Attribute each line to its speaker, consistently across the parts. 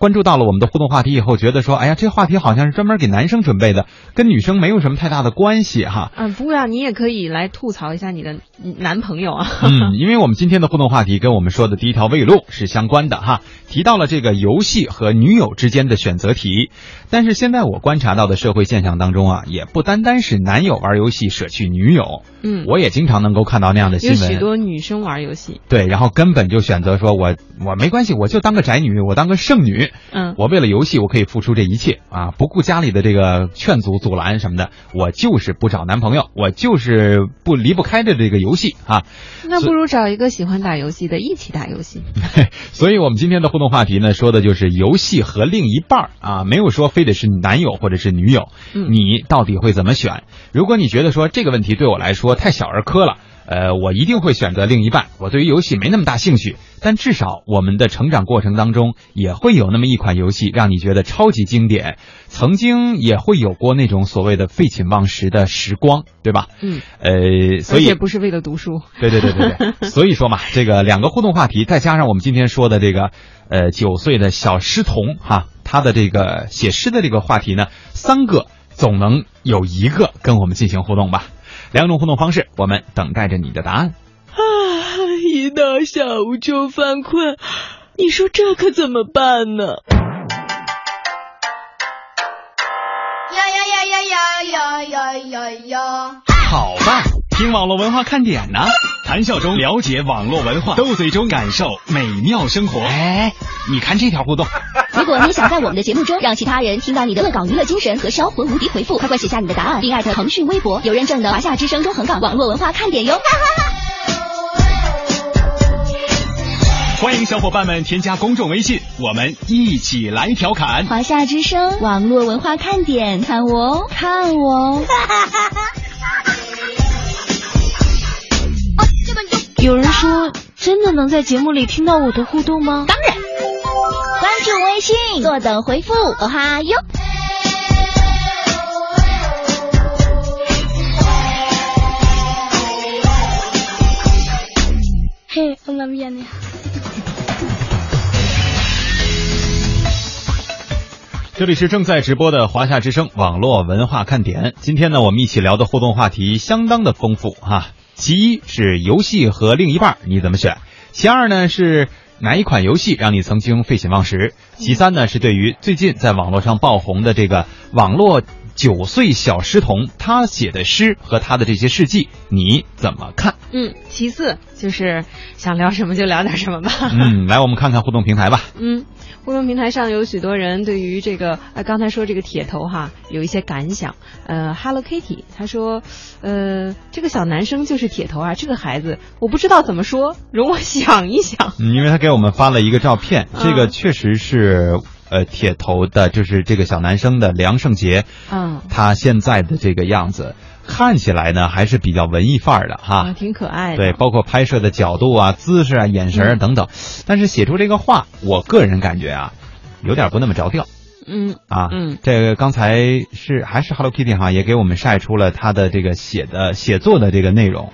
Speaker 1: 关注到了我们的互动话题以后，觉得说，哎呀，这话题好像是专门给男生准备的，跟女生没有什么太大的关系 哈。
Speaker 2: 嗯，不过啊，你也可以来吐槽一下你的男朋友啊。
Speaker 1: 嗯，因为我们今天的互动话题跟我们说的第一条未录是相关的哈，提到了这个游戏和女友之间的选择题。但是现在我观察到的社会现象当中啊，也不单单是男友玩游戏舍去女友，
Speaker 2: 嗯，
Speaker 1: 我也经常能够看到那样的新
Speaker 2: 有
Speaker 1: 闻。
Speaker 2: 许多女生玩游戏，
Speaker 1: 对，然后根本就选择说我我没关系，我就当个宅女，我当个剩女，
Speaker 2: 嗯
Speaker 1: 我为了游戏我可以付出这一切啊，不顾家里的这个劝阻阻拦什么的，我就是不找男朋友，我就是不离不开的这个游戏啊。
Speaker 2: 那不如找一个喜欢打游戏的一起打游戏。
Speaker 1: 所以我们今天的互动话题呢，说的就是游戏和另一半儿啊，没有说非得是男友或者是女友，
Speaker 2: 嗯
Speaker 1: 你到底会怎么选？如果你觉得说这个问题对我来说太小儿科了。呃，我一定会选择另一半。我对于游戏没那么大兴趣，但至少我们的成长过程当中也会有那么一款游戏让你觉得超级经典。曾经也会有过那种所谓的废寝忘食的时光，对吧？
Speaker 2: 嗯，
Speaker 1: 呃，所以
Speaker 2: 而且不是为了读书。
Speaker 1: 对对对对对，所以说嘛，这个两个互动话题，再加上我们今天说的这个，呃，九岁的小诗童哈，他的这个写诗的这个话题呢，三个总能有一个跟我们进行互动吧。两种互动方式，我们等待着你的答案。
Speaker 3: 啊一到下午就犯困，你说这可怎么办呢？
Speaker 4: 呀呀呀呀呀呀呀呀呀！
Speaker 5: 好吧，听网络文化看点呢、谈笑中了解网络文化，斗嘴中感受美妙生活。
Speaker 1: 哎，你看这条互动，
Speaker 6: 如果你想在我们的节目中让其他人听到你的恶搞娱乐精神和销魂无敌回复，快快写下你的答案，并艾特腾讯微博有认证的华夏之声中横岗网络文化看点哟。
Speaker 5: 欢迎小伙伴们添加公众微信，我们一起来调侃。
Speaker 6: 华夏之声网络文化看点，看我哦，看我哦。
Speaker 3: 有人说，真的能在节目里听到我的互动吗？
Speaker 6: 当然， 关注微信，坐等回复，哦哈哟。
Speaker 4: 嘿，我们演的。
Speaker 1: 这里是正在直播的华夏之声网络文化看点。今天呢，我们一起聊的互动话题相当的丰富哈、其一是游戏和另一半儿你怎么选？其二呢是哪一款游戏让你曾经废寝忘食？其三呢是对于最近在网络上爆红的这个网络九岁小诗童他写的诗和他的这些事迹你怎么看？
Speaker 2: 嗯，其次就是想聊什么就聊点什么吧。
Speaker 1: 嗯，来我们看看互动平台吧。
Speaker 2: 嗯，互动平台上有许多人对于这个呃刚才说这个铁头哈有一些感想。呃，Hello Kitty，他说，呃，这个小男生就是铁头啊，这个孩子我不知道怎么说，容我想一想。
Speaker 1: 嗯，因为他给我们发了一个照片，这个确实是。呃，铁头的，就是这个小男生的梁胜杰，
Speaker 2: 嗯
Speaker 1: 他现在的这个样子，看起来呢还是比较文艺范儿的哈，
Speaker 2: 啊挺可爱的。
Speaker 1: 啊对，包括拍摄的角度啊、姿势啊、眼神啊等等，但是写出这个话，我个人感觉啊，有点不那么着调
Speaker 2: 嗯
Speaker 1: 啊。
Speaker 2: 嗯，
Speaker 1: 这个刚才是还是 Hello Kitty 哈，也给我们晒出了他的这个写的写作的这个内容。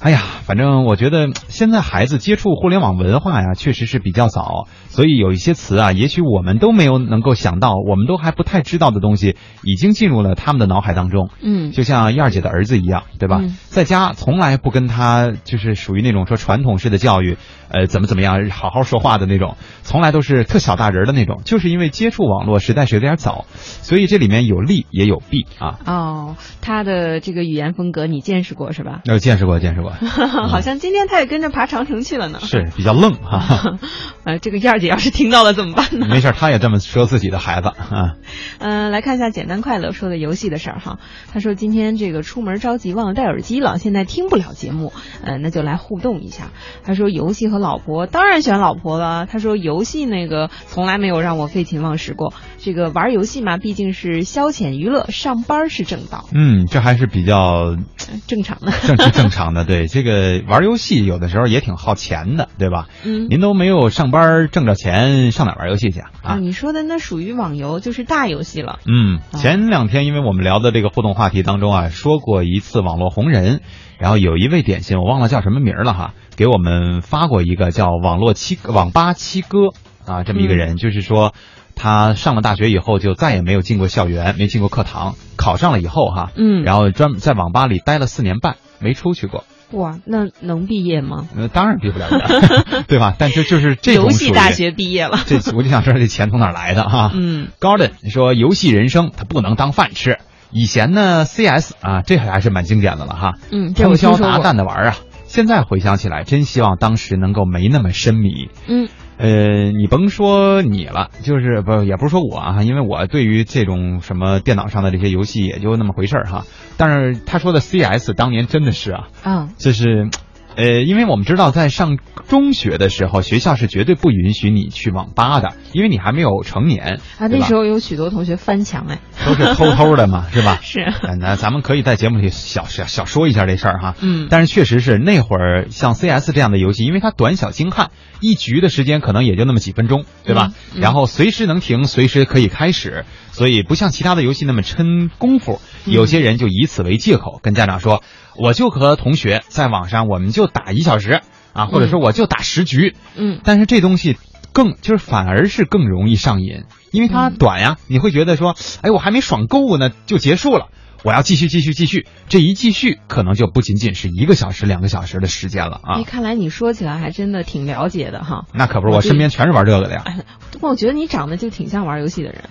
Speaker 1: 哎呀，反正我觉得现在孩子接触互联网文化呀，确实是比较早，所以有一些词啊，也许我们都没有能够想到，我们都还不太知道的东西，已经进入了他们的脑海当中。
Speaker 2: 嗯
Speaker 1: 就像燕儿姐的儿子一样，对吧？
Speaker 2: 嗯
Speaker 1: 在家从来不跟他就是属于那种说传统式的教育，呃，怎么怎么样，好好说话的那种，从来都是特小大人儿的那种，就是因为接触网络实在是有点早，所以这里面有利也有弊啊。
Speaker 2: 哦，他的这个语言风格你见识过是吧？
Speaker 1: 呃，见识过，见识 过，
Speaker 2: 好像今天他也跟着爬长城去了呢。
Speaker 1: 是比较愣哈、哈，
Speaker 2: 呃，这个燕儿姐要是听到了怎么办呢？
Speaker 1: 没事儿，他也这么说自己的孩子啊。
Speaker 2: 嗯、来看一下简单快乐说的游戏的事儿哈。他说今天这个出门着急忘了戴耳机了，现在听不了节目，呃，那就来互动一下。他说游戏和老婆，当然选老婆了。他说游戏那个从来没有让我废寝忘食过。这个玩游戏嘛，毕竟是消遣娱乐，上班是正道，
Speaker 1: 嗯，这还是比较
Speaker 2: 呃正常的。
Speaker 1: 正是正常的，对这个玩游戏有的时候也挺耗钱的，对吧？
Speaker 2: 嗯。
Speaker 1: 您都没有上班儿挣着钱，上哪儿玩游戏去啊？
Speaker 2: 啊，你说的那属于网游，就是大游戏了。
Speaker 1: 嗯，
Speaker 2: 啊
Speaker 1: 前两天因为我们聊的这个互动话题当中啊，说过一次网络红人，然后有一位点心我忘了叫什么名儿了哈，给我们发过一个叫网络七网吧七哥啊，这么一个
Speaker 2: 嗯
Speaker 1: 人，就是说他上了大学以后就再也没有进过校园，没进过课堂，考上了以后哈，
Speaker 2: 嗯
Speaker 1: 然后专门在网吧里待了四年半，没出去过，
Speaker 2: 哇，那能毕业吗？
Speaker 1: 呃，当然毕不了 业，对吧？但就就是这种
Speaker 2: 游戏
Speaker 1: 属于
Speaker 2: 大学毕业了
Speaker 1: 这我就想知道这钱从哪儿来的哈、
Speaker 2: 嗯
Speaker 1: Garden 说，游戏人生它不能当饭吃。以前呢，CS 啊，这还是蛮经典的了哈，
Speaker 2: 嗯，这我
Speaker 1: 通
Speaker 2: 听
Speaker 1: 宵
Speaker 2: 说
Speaker 1: 达
Speaker 2: 过。
Speaker 1: 旦的玩儿啊。现在回想起来，真希望当时能够没那么沉迷。
Speaker 2: 嗯，
Speaker 1: 呃，你甭说你了，就是不也不是说我啊，因为我对于这种什么电脑上的这些游戏也就那么回事儿哈。但是他说的 CS 当年真的是啊，
Speaker 2: 啊，
Speaker 1: 就是，呃，因为我们知道，在上中学的时候，学校是绝对不允许你去网吧的，因为你还没有成年
Speaker 2: 啊，
Speaker 1: 对
Speaker 2: 那
Speaker 1: 吧
Speaker 2: 时候有许多同学翻墙哎，
Speaker 1: 都是偷偷的嘛，是吧？
Speaker 2: 是
Speaker 1: 呃那咱们可以在节目里小小小说一下这事儿哈。
Speaker 2: 嗯
Speaker 1: 但是确实是那会儿像 CS 这样的游戏，因为它短小精悍，一局的时间可能也就那么几分钟，对吧？
Speaker 2: 嗯嗯
Speaker 1: 然后随时能停，随时可以开始，所以不像其他的游戏那么抻功夫。
Speaker 2: 嗯
Speaker 1: 有些人就以此为借口跟家长说，我就和同学在网上我们就打一小时啊，或者说我就打十局，
Speaker 2: 嗯
Speaker 1: 但是这东西更就是反而是更容易上瘾，因为它短呀，你会觉得说，哎，我还没爽够呢就结束了，我要继续继续继续，这一继续可能就不仅仅是一个小时、两个小时的时间了啊
Speaker 2: 哎，。看来你说起来还真的挺了解的哈。
Speaker 1: 那可不是，我身边全是玩这个的呀。
Speaker 2: 不过我觉得你长得就挺像玩游戏的人，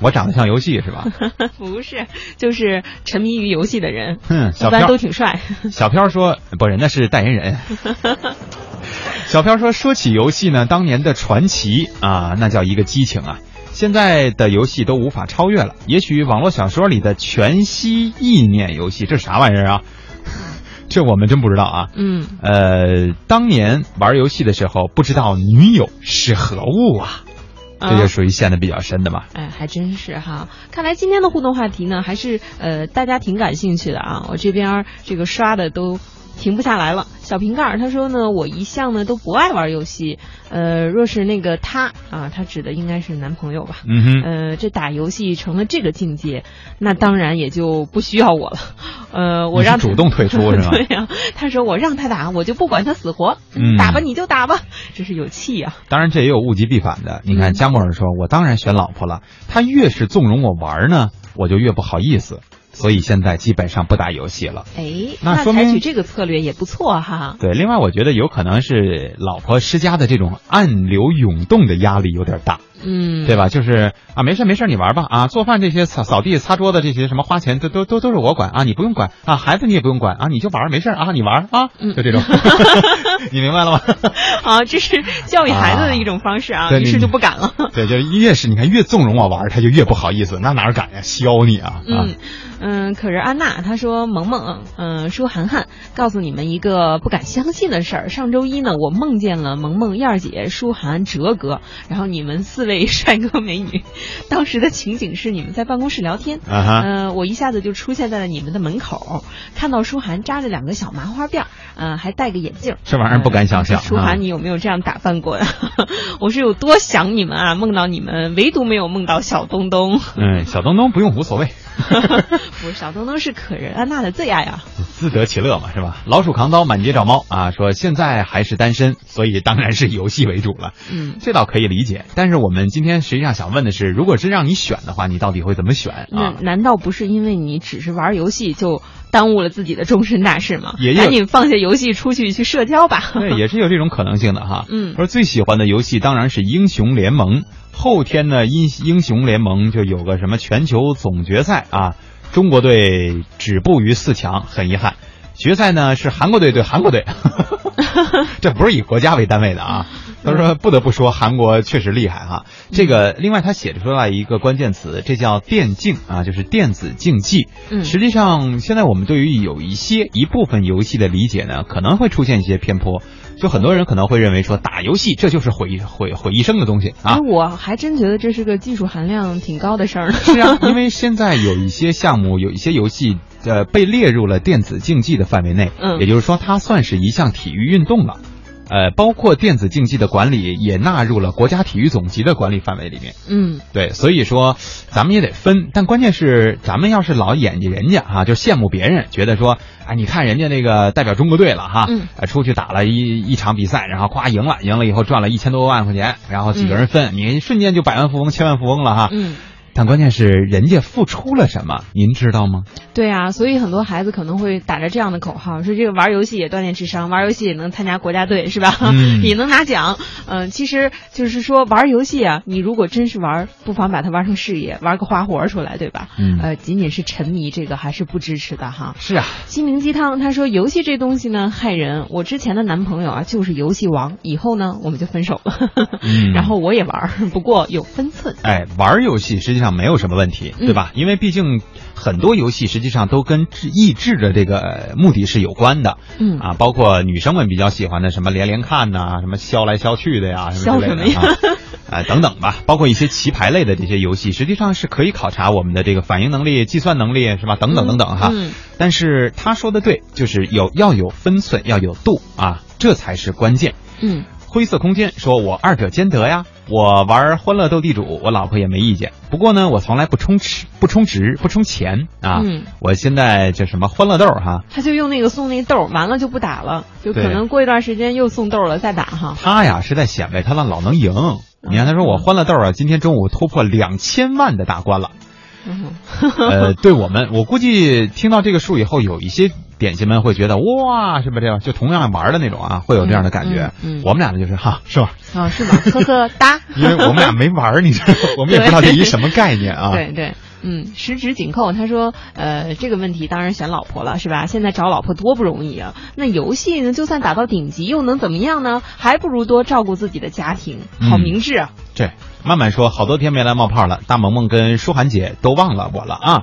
Speaker 1: 我长得像游戏是吧？
Speaker 2: 不是，就是沉迷于游戏的人，
Speaker 1: 哼，
Speaker 2: 一
Speaker 1: 嗯小
Speaker 2: 般
Speaker 1: 飘
Speaker 2: 都挺 帅。
Speaker 1: 小飘说：“不是，那是代言 人。”小飘说：“说起游戏呢，当年的传奇啊，那叫一个激情啊！现在的游戏都无法超越了。也许网络小说里的全息意念游戏，这啥玩意儿啊？ 这我们真不知道啊。
Speaker 2: 嗯，
Speaker 1: 呃，当年玩游戏的时候，不知道女友是何物啊，这就
Speaker 2: 啊
Speaker 1: 属于陷得比较深的吧。
Speaker 2: 哎，还真是哈！看来今天的互动话题呢，还是呃大家挺感兴趣的啊。我这边儿这个刷的都停不下来了。小瓶盖儿他说呢，我一向呢都不爱玩游戏，呃，若是那个他啊，他指的应该是男朋友吧。
Speaker 1: 嗯哼，
Speaker 2: 呃，这打游戏成了这个境界，那当然也就不需要我了。 呃，
Speaker 1: 你
Speaker 2: 我
Speaker 1: 是
Speaker 2: 让他
Speaker 1: 主动退出是吧
Speaker 2: 对呀、他说我让他打，我就不管他死活，
Speaker 1: 嗯
Speaker 2: 打吧你就打吧，真是有气呀、
Speaker 1: 当然，这也有物极必反的。你看，加莫尔说：“我当然选老婆了，她越是纵容我玩呢，我就越不好意思，所以现在基本上不打游戏了。
Speaker 2: 哎，
Speaker 1: 那说
Speaker 2: 采
Speaker 1: 明
Speaker 2: 取这个策略也不错哈”。
Speaker 1: 对，另外我觉得有可能是老婆施加的这种暗流涌动的压力有点大，
Speaker 2: 嗯，
Speaker 1: 对吧？就是啊，没事没事，你玩吧啊，做饭这些、扫扫地、擦桌子这些什么花钱都都都都是我管啊，你不用管啊，孩子你也不用管啊，你就玩没事啊，你玩啊，就这种，你明白了吗？
Speaker 2: 啊，这是教育孩子的一种方式啊，
Speaker 1: 对
Speaker 2: 于
Speaker 1: 你
Speaker 2: 是就不敢了。
Speaker 1: 对，就是越是你看越纵容我玩，他就越不好意思，那哪敢呀、削你啊！啊
Speaker 2: 嗯嗯，可是安娜她说萌萌，嗯，说涵涵，告诉你们一个不敢相信的事儿。上周一呢，我梦见了萌萌、燕儿姐、舒涵、哲哥，然后你们四位 帅哥美女。当时的情景是你们在办公室聊天，
Speaker 1: 啊哈
Speaker 2: 呃，我一下子就出现在了你们的门口，看到舒涵扎着两个小麻花辫儿，呃，还戴个眼镜儿，
Speaker 1: 这玩意儿不敢想象
Speaker 2: 呃舒
Speaker 1: 啊
Speaker 2: 涵，你有没有这样打扮过呀？ 我是有多想你们啊，梦到你们，唯独没有梦到小东东。
Speaker 1: 嗯，小东东不用无 所谓，
Speaker 2: 不是小东东是可人安娜的最爱啊。
Speaker 1: 自得其乐嘛，是吧？老鼠扛刀满街找猫啊，说现在还是单身，所以当然是游戏为主了。
Speaker 2: 嗯，
Speaker 1: 这倒可以理解，但是我们今天实际上想问的是，如果真让你选的话，你到底会怎么选
Speaker 2: 那
Speaker 1: 啊？
Speaker 2: 难道不是因为你只是玩游戏就耽误了自己的终身大事吗？
Speaker 1: 也有
Speaker 2: 赶紧放下游戏出去去社交吧。
Speaker 1: 对，也是有这种可能性的哈。
Speaker 2: 嗯
Speaker 1: 而最喜欢的游戏当然是英雄联盟。后天呢，英英雄联盟就有个什么全球总决赛啊，中国队止步于四强，很遗憾。决赛呢是韩国队对韩国 队，这不是以国家为单位的啊。
Speaker 2: 嗯
Speaker 1: 他说不得不说韩国确实厉害哈、这个
Speaker 2: 嗯
Speaker 1: 另外他写出来一个关键词，这叫电竞啊，就是电子竞技。
Speaker 2: 嗯
Speaker 1: 实际上，现在我们对于有一些一部分游戏的理解呢，可能会出现一些偏颇。就很多人可能会认为说，打游戏这就是毁毁毁一生的东西 啊
Speaker 2: 哎，。我还真觉得这是个技术含量挺高的事儿呢。
Speaker 1: 是啊，因为现在有一些项目，有一些游戏，呃，被列入了电子竞技的范围内。
Speaker 2: 嗯
Speaker 1: 也就是说，它算是一项体育运动了。呃，包括电子竞技的管理也纳入了国家体育总局的管理范围里面。
Speaker 2: 嗯，
Speaker 1: 对，所以说咱们也得分，但关键是咱们要是老眼睛人家啊，就羡慕别人，觉得说，哎，你看人家那个代表中国队了哈，
Speaker 2: 嗯
Speaker 1: 呃出去打了一一场比赛，然后夸赢了，赢了以后赚了一千多万块钱，然后几个人分，你瞬间就百万富翁、千万富翁了哈。
Speaker 2: 嗯。
Speaker 1: 但关键是人家付出了什么，您知道吗？
Speaker 2: 对啊，所以很多孩子可能会打着这样的口号，说这个玩游戏也锻炼智商，玩游戏也能参加国家队，是吧？
Speaker 1: 嗯
Speaker 2: 也能拿奖。嗯、其实就是说玩游戏啊，你如果真是玩，不妨把它玩成事业，玩个花活儿出来，对吧？
Speaker 1: 嗯
Speaker 2: 呃，仅仅是沉迷这个还是不支持的哈。
Speaker 1: 是啊，
Speaker 2: 心灵鸡汤，他说游戏这东西呢害人。我之前的男朋友啊就是游戏王，以后呢我们就分手了。
Speaker 1: 嗯
Speaker 2: 然后我也玩儿，不过有分寸。
Speaker 1: 哎，玩儿游戏实际上没有什么问题，
Speaker 2: 嗯
Speaker 1: 对吧？因为毕竟很多游戏实际上都跟志益智的这个呃目的是有关的。
Speaker 2: 嗯
Speaker 1: 啊，包括女生们比较喜欢的什么连连看呐、什么削来削去的呀，什么之类的
Speaker 2: 削什么
Speaker 1: 啊，啊等等吧，包括一些棋牌类的这些游戏，实际上是可以考察我们的这个反应能力、计算能力是吧？等等等等哈。
Speaker 2: 嗯嗯
Speaker 1: 但是他说的对，就是有要有分寸，要有度啊，这才是关键。
Speaker 2: 嗯
Speaker 1: 灰色空间说：“我二者兼得呀，我玩欢乐斗地主，我老婆也没意见。不过呢，我从来不充值，不充值，不充钱啊。
Speaker 2: 嗯
Speaker 1: 我现在这什么欢乐豆哈、
Speaker 2: 他就用那个送那豆儿，完了就不打了，就可
Speaker 1: 对
Speaker 2: 能过一段时间又送豆儿了再打哈。
Speaker 1: 他呀是在显摆他老能赢。
Speaker 2: 嗯
Speaker 1: 你看他说我欢乐豆啊，今天中午突破两千万的大关 了。
Speaker 2: 嗯
Speaker 1: 呃，对我们，我估计听到这个数以后，有一些点心们会觉得哇，是不是这样？就同样玩的那种啊，会有这样的感觉。
Speaker 2: 嗯嗯嗯
Speaker 1: 我们俩呢就是哈，是吧？
Speaker 2: 啊，是吗？ 呵呵哒。
Speaker 1: 因为我们俩没玩儿，你知道吗，我们也不知道这一什么概念啊。
Speaker 2: 对 对，嗯，十指紧扣。他说，呃，这个问题当然选老婆了，是吧？现在找老婆多不容易啊。那游戏呢，就算打到顶级，又能怎么样呢？还不如多照顾自己的家庭，好
Speaker 1: 嗯
Speaker 2: 明智啊。
Speaker 1: 对，曼曼说好多天没来冒泡了，大萌萌跟舒涵姐都忘了我了啊。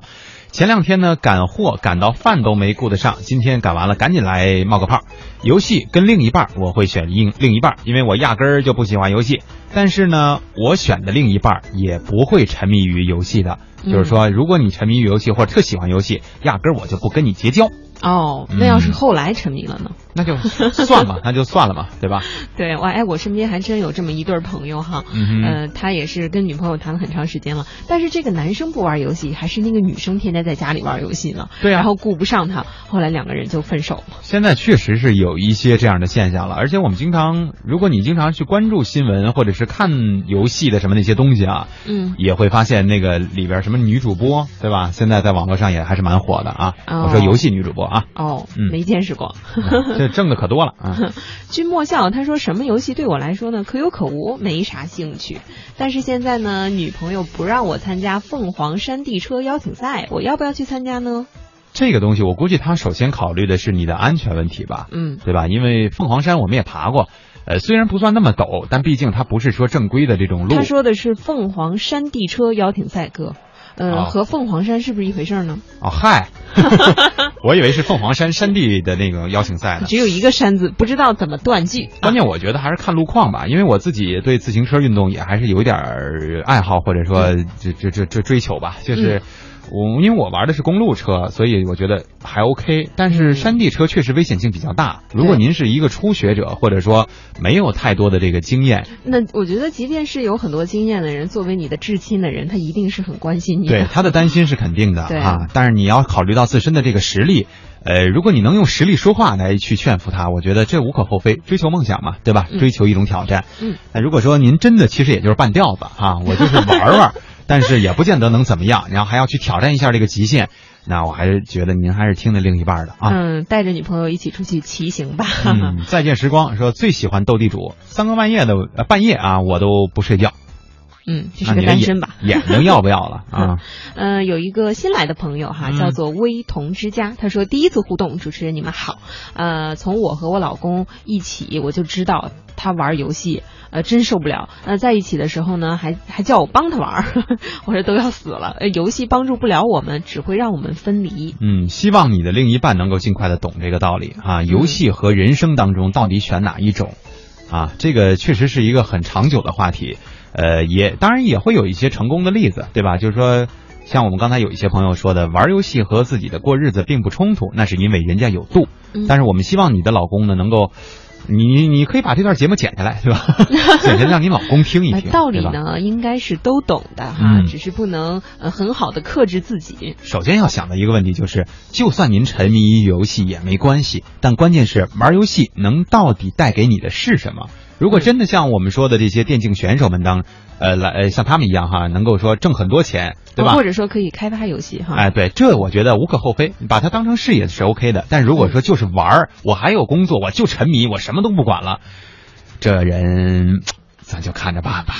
Speaker 1: 前两天呢赶货赶到饭都没顾得上，今天赶完了赶紧来冒个泡。游戏跟另一半我会选另另一半，因为我压根儿就不喜欢游戏。但是呢，我选的另一半也不会沉迷于游戏的，就是说，如果你沉迷于游戏或者特喜欢游戏，压根儿我就不跟你结交，
Speaker 2: 哦，那要是
Speaker 1: 嗯
Speaker 2: 后来沉迷了呢？
Speaker 1: 那就算嘛，那就算了嘛，对吧？
Speaker 2: 对，我哎，我身边还真有这么一对儿朋友哈，
Speaker 1: 嗯哼
Speaker 2: 呃，他也是跟女朋友谈了很长时间了，但是这个男生不玩游戏，还是那个女生天天在家里玩游戏呢，
Speaker 1: 对啊
Speaker 2: 然后顾不上他，后来两个人就分手了，
Speaker 1: 现在确实是有一些这样的现象了，而且我们经常，如果你经常去关注新闻或者是看游戏的什么那些东西啊，
Speaker 2: 嗯，
Speaker 1: 也会发现那个里边什么女主播，对吧？现在在网络上也还是蛮火的啊。
Speaker 2: 哦
Speaker 1: 我说游戏女主播 啊，
Speaker 2: 哦，
Speaker 1: 嗯
Speaker 2: 没见识过。
Speaker 1: 这挣的可多了啊。
Speaker 2: 君莫笑他说什么游戏对我来说呢可有可无，没啥兴趣。但是现在呢，女朋友不让我参加凤凰山地车邀请赛，我要不要去参加呢？
Speaker 1: 这个东西，我估计他首先考虑的是你的安全问题吧，
Speaker 2: 嗯
Speaker 1: 对吧？因为凤凰山我们也爬过，呃，虽然不算那么陡，但毕竟它不是说正规的这种路
Speaker 2: 他。说的是凤凰山地车邀请赛，哥，呃，
Speaker 1: 哦
Speaker 2: 和凤凰山是不是一回事儿呢？
Speaker 1: 哦， 嗨， 我以为是凤凰山山地的那个邀请赛呢。
Speaker 2: 只有一个山字，不知道怎么断句。
Speaker 1: 关键我觉得还是看路况吧，因为我自己对自行车运动也还是有一点儿爱好，或者说这这这这追求吧。就是我因为我玩的是公路车，所以我觉得还 OK。但是山地车确实危险性比较大。如果您是一个初学者，或者说没有太多的这个经验，
Speaker 2: 那我觉得，即便是有很多经验的人，作为你的至亲的人，他一定是很关心你的。
Speaker 1: 对他的担心是肯定的
Speaker 2: 对
Speaker 1: 啊。但是你要考虑到自身的这个实力。呃，如果你能用实力说话来去劝服他，我觉得这无可厚非，追求梦想嘛，对吧？
Speaker 2: 嗯
Speaker 1: 追求一种挑战。
Speaker 2: 嗯，
Speaker 1: 那如果说您真的其实也就是半吊子 啊，我就是玩儿玩儿，但是也不见得能怎么样，然后还要去挑战一下这个极限，那我还是觉得您还是听那另一半的啊。
Speaker 2: 嗯，带着女朋友一起出去骑行吧。
Speaker 1: 嗯，再见时光说最喜欢斗地主，三更半夜的、呃、半夜啊，我都不睡觉。
Speaker 2: 嗯，
Speaker 1: 那
Speaker 2: 这是个
Speaker 1: 你的
Speaker 2: 单
Speaker 1: 眼
Speaker 2: 身吧？
Speaker 1: 眼睛要不要了啊？
Speaker 2: 呃，有一个新来的朋友哈，
Speaker 1: 嗯
Speaker 2: 叫做微童之家，他说第一次互动，主持人你们好，呃，从我和我老公一起，我就知道他玩游戏，呃，真受不了。呃，在一起的时候呢，还还叫我帮他玩儿， 我说都要死了、呃，游戏帮助不了我们，只会让我们分离。
Speaker 1: 嗯，希望你的另一半能够尽快的懂这个道理
Speaker 2: 嗯
Speaker 1: 啊。游戏和人生当中到底选哪一种？啊，这个确实是一个很长久的话题。呃，也当然也会有一些成功的例子，对吧？就是说，像我们刚才有一些朋友说的，玩游戏和自己的过日子并不冲突，那是因为人家有度。
Speaker 2: 嗯
Speaker 1: 但是我们希望你的老公呢，能够你你可以把这段节目剪下来， 对吧？剪下来让你老公听一
Speaker 2: 呃
Speaker 1: 听。
Speaker 2: 道理
Speaker 1: 对吧？
Speaker 2: 呢，应该是都懂的哈，
Speaker 1: 嗯
Speaker 2: 只是不能呃很好的克制自己。
Speaker 1: 首先要想的一个问题就是，就算您沉迷于游戏也没关系，但关键是玩游戏能到底带给你的是什么？如果真的像我们说的这些电竞选手们当，呃，来呃像他们一样哈，能够说挣很多钱，对吧
Speaker 2: 或？者说可以开发游戏哈。
Speaker 1: 哎，对，这我觉得无可厚非，把它当成事业是 OK 的。但如果说就是玩儿，我还有工作，我就沉迷，我什么都不管了，这人，咱就看着办吧。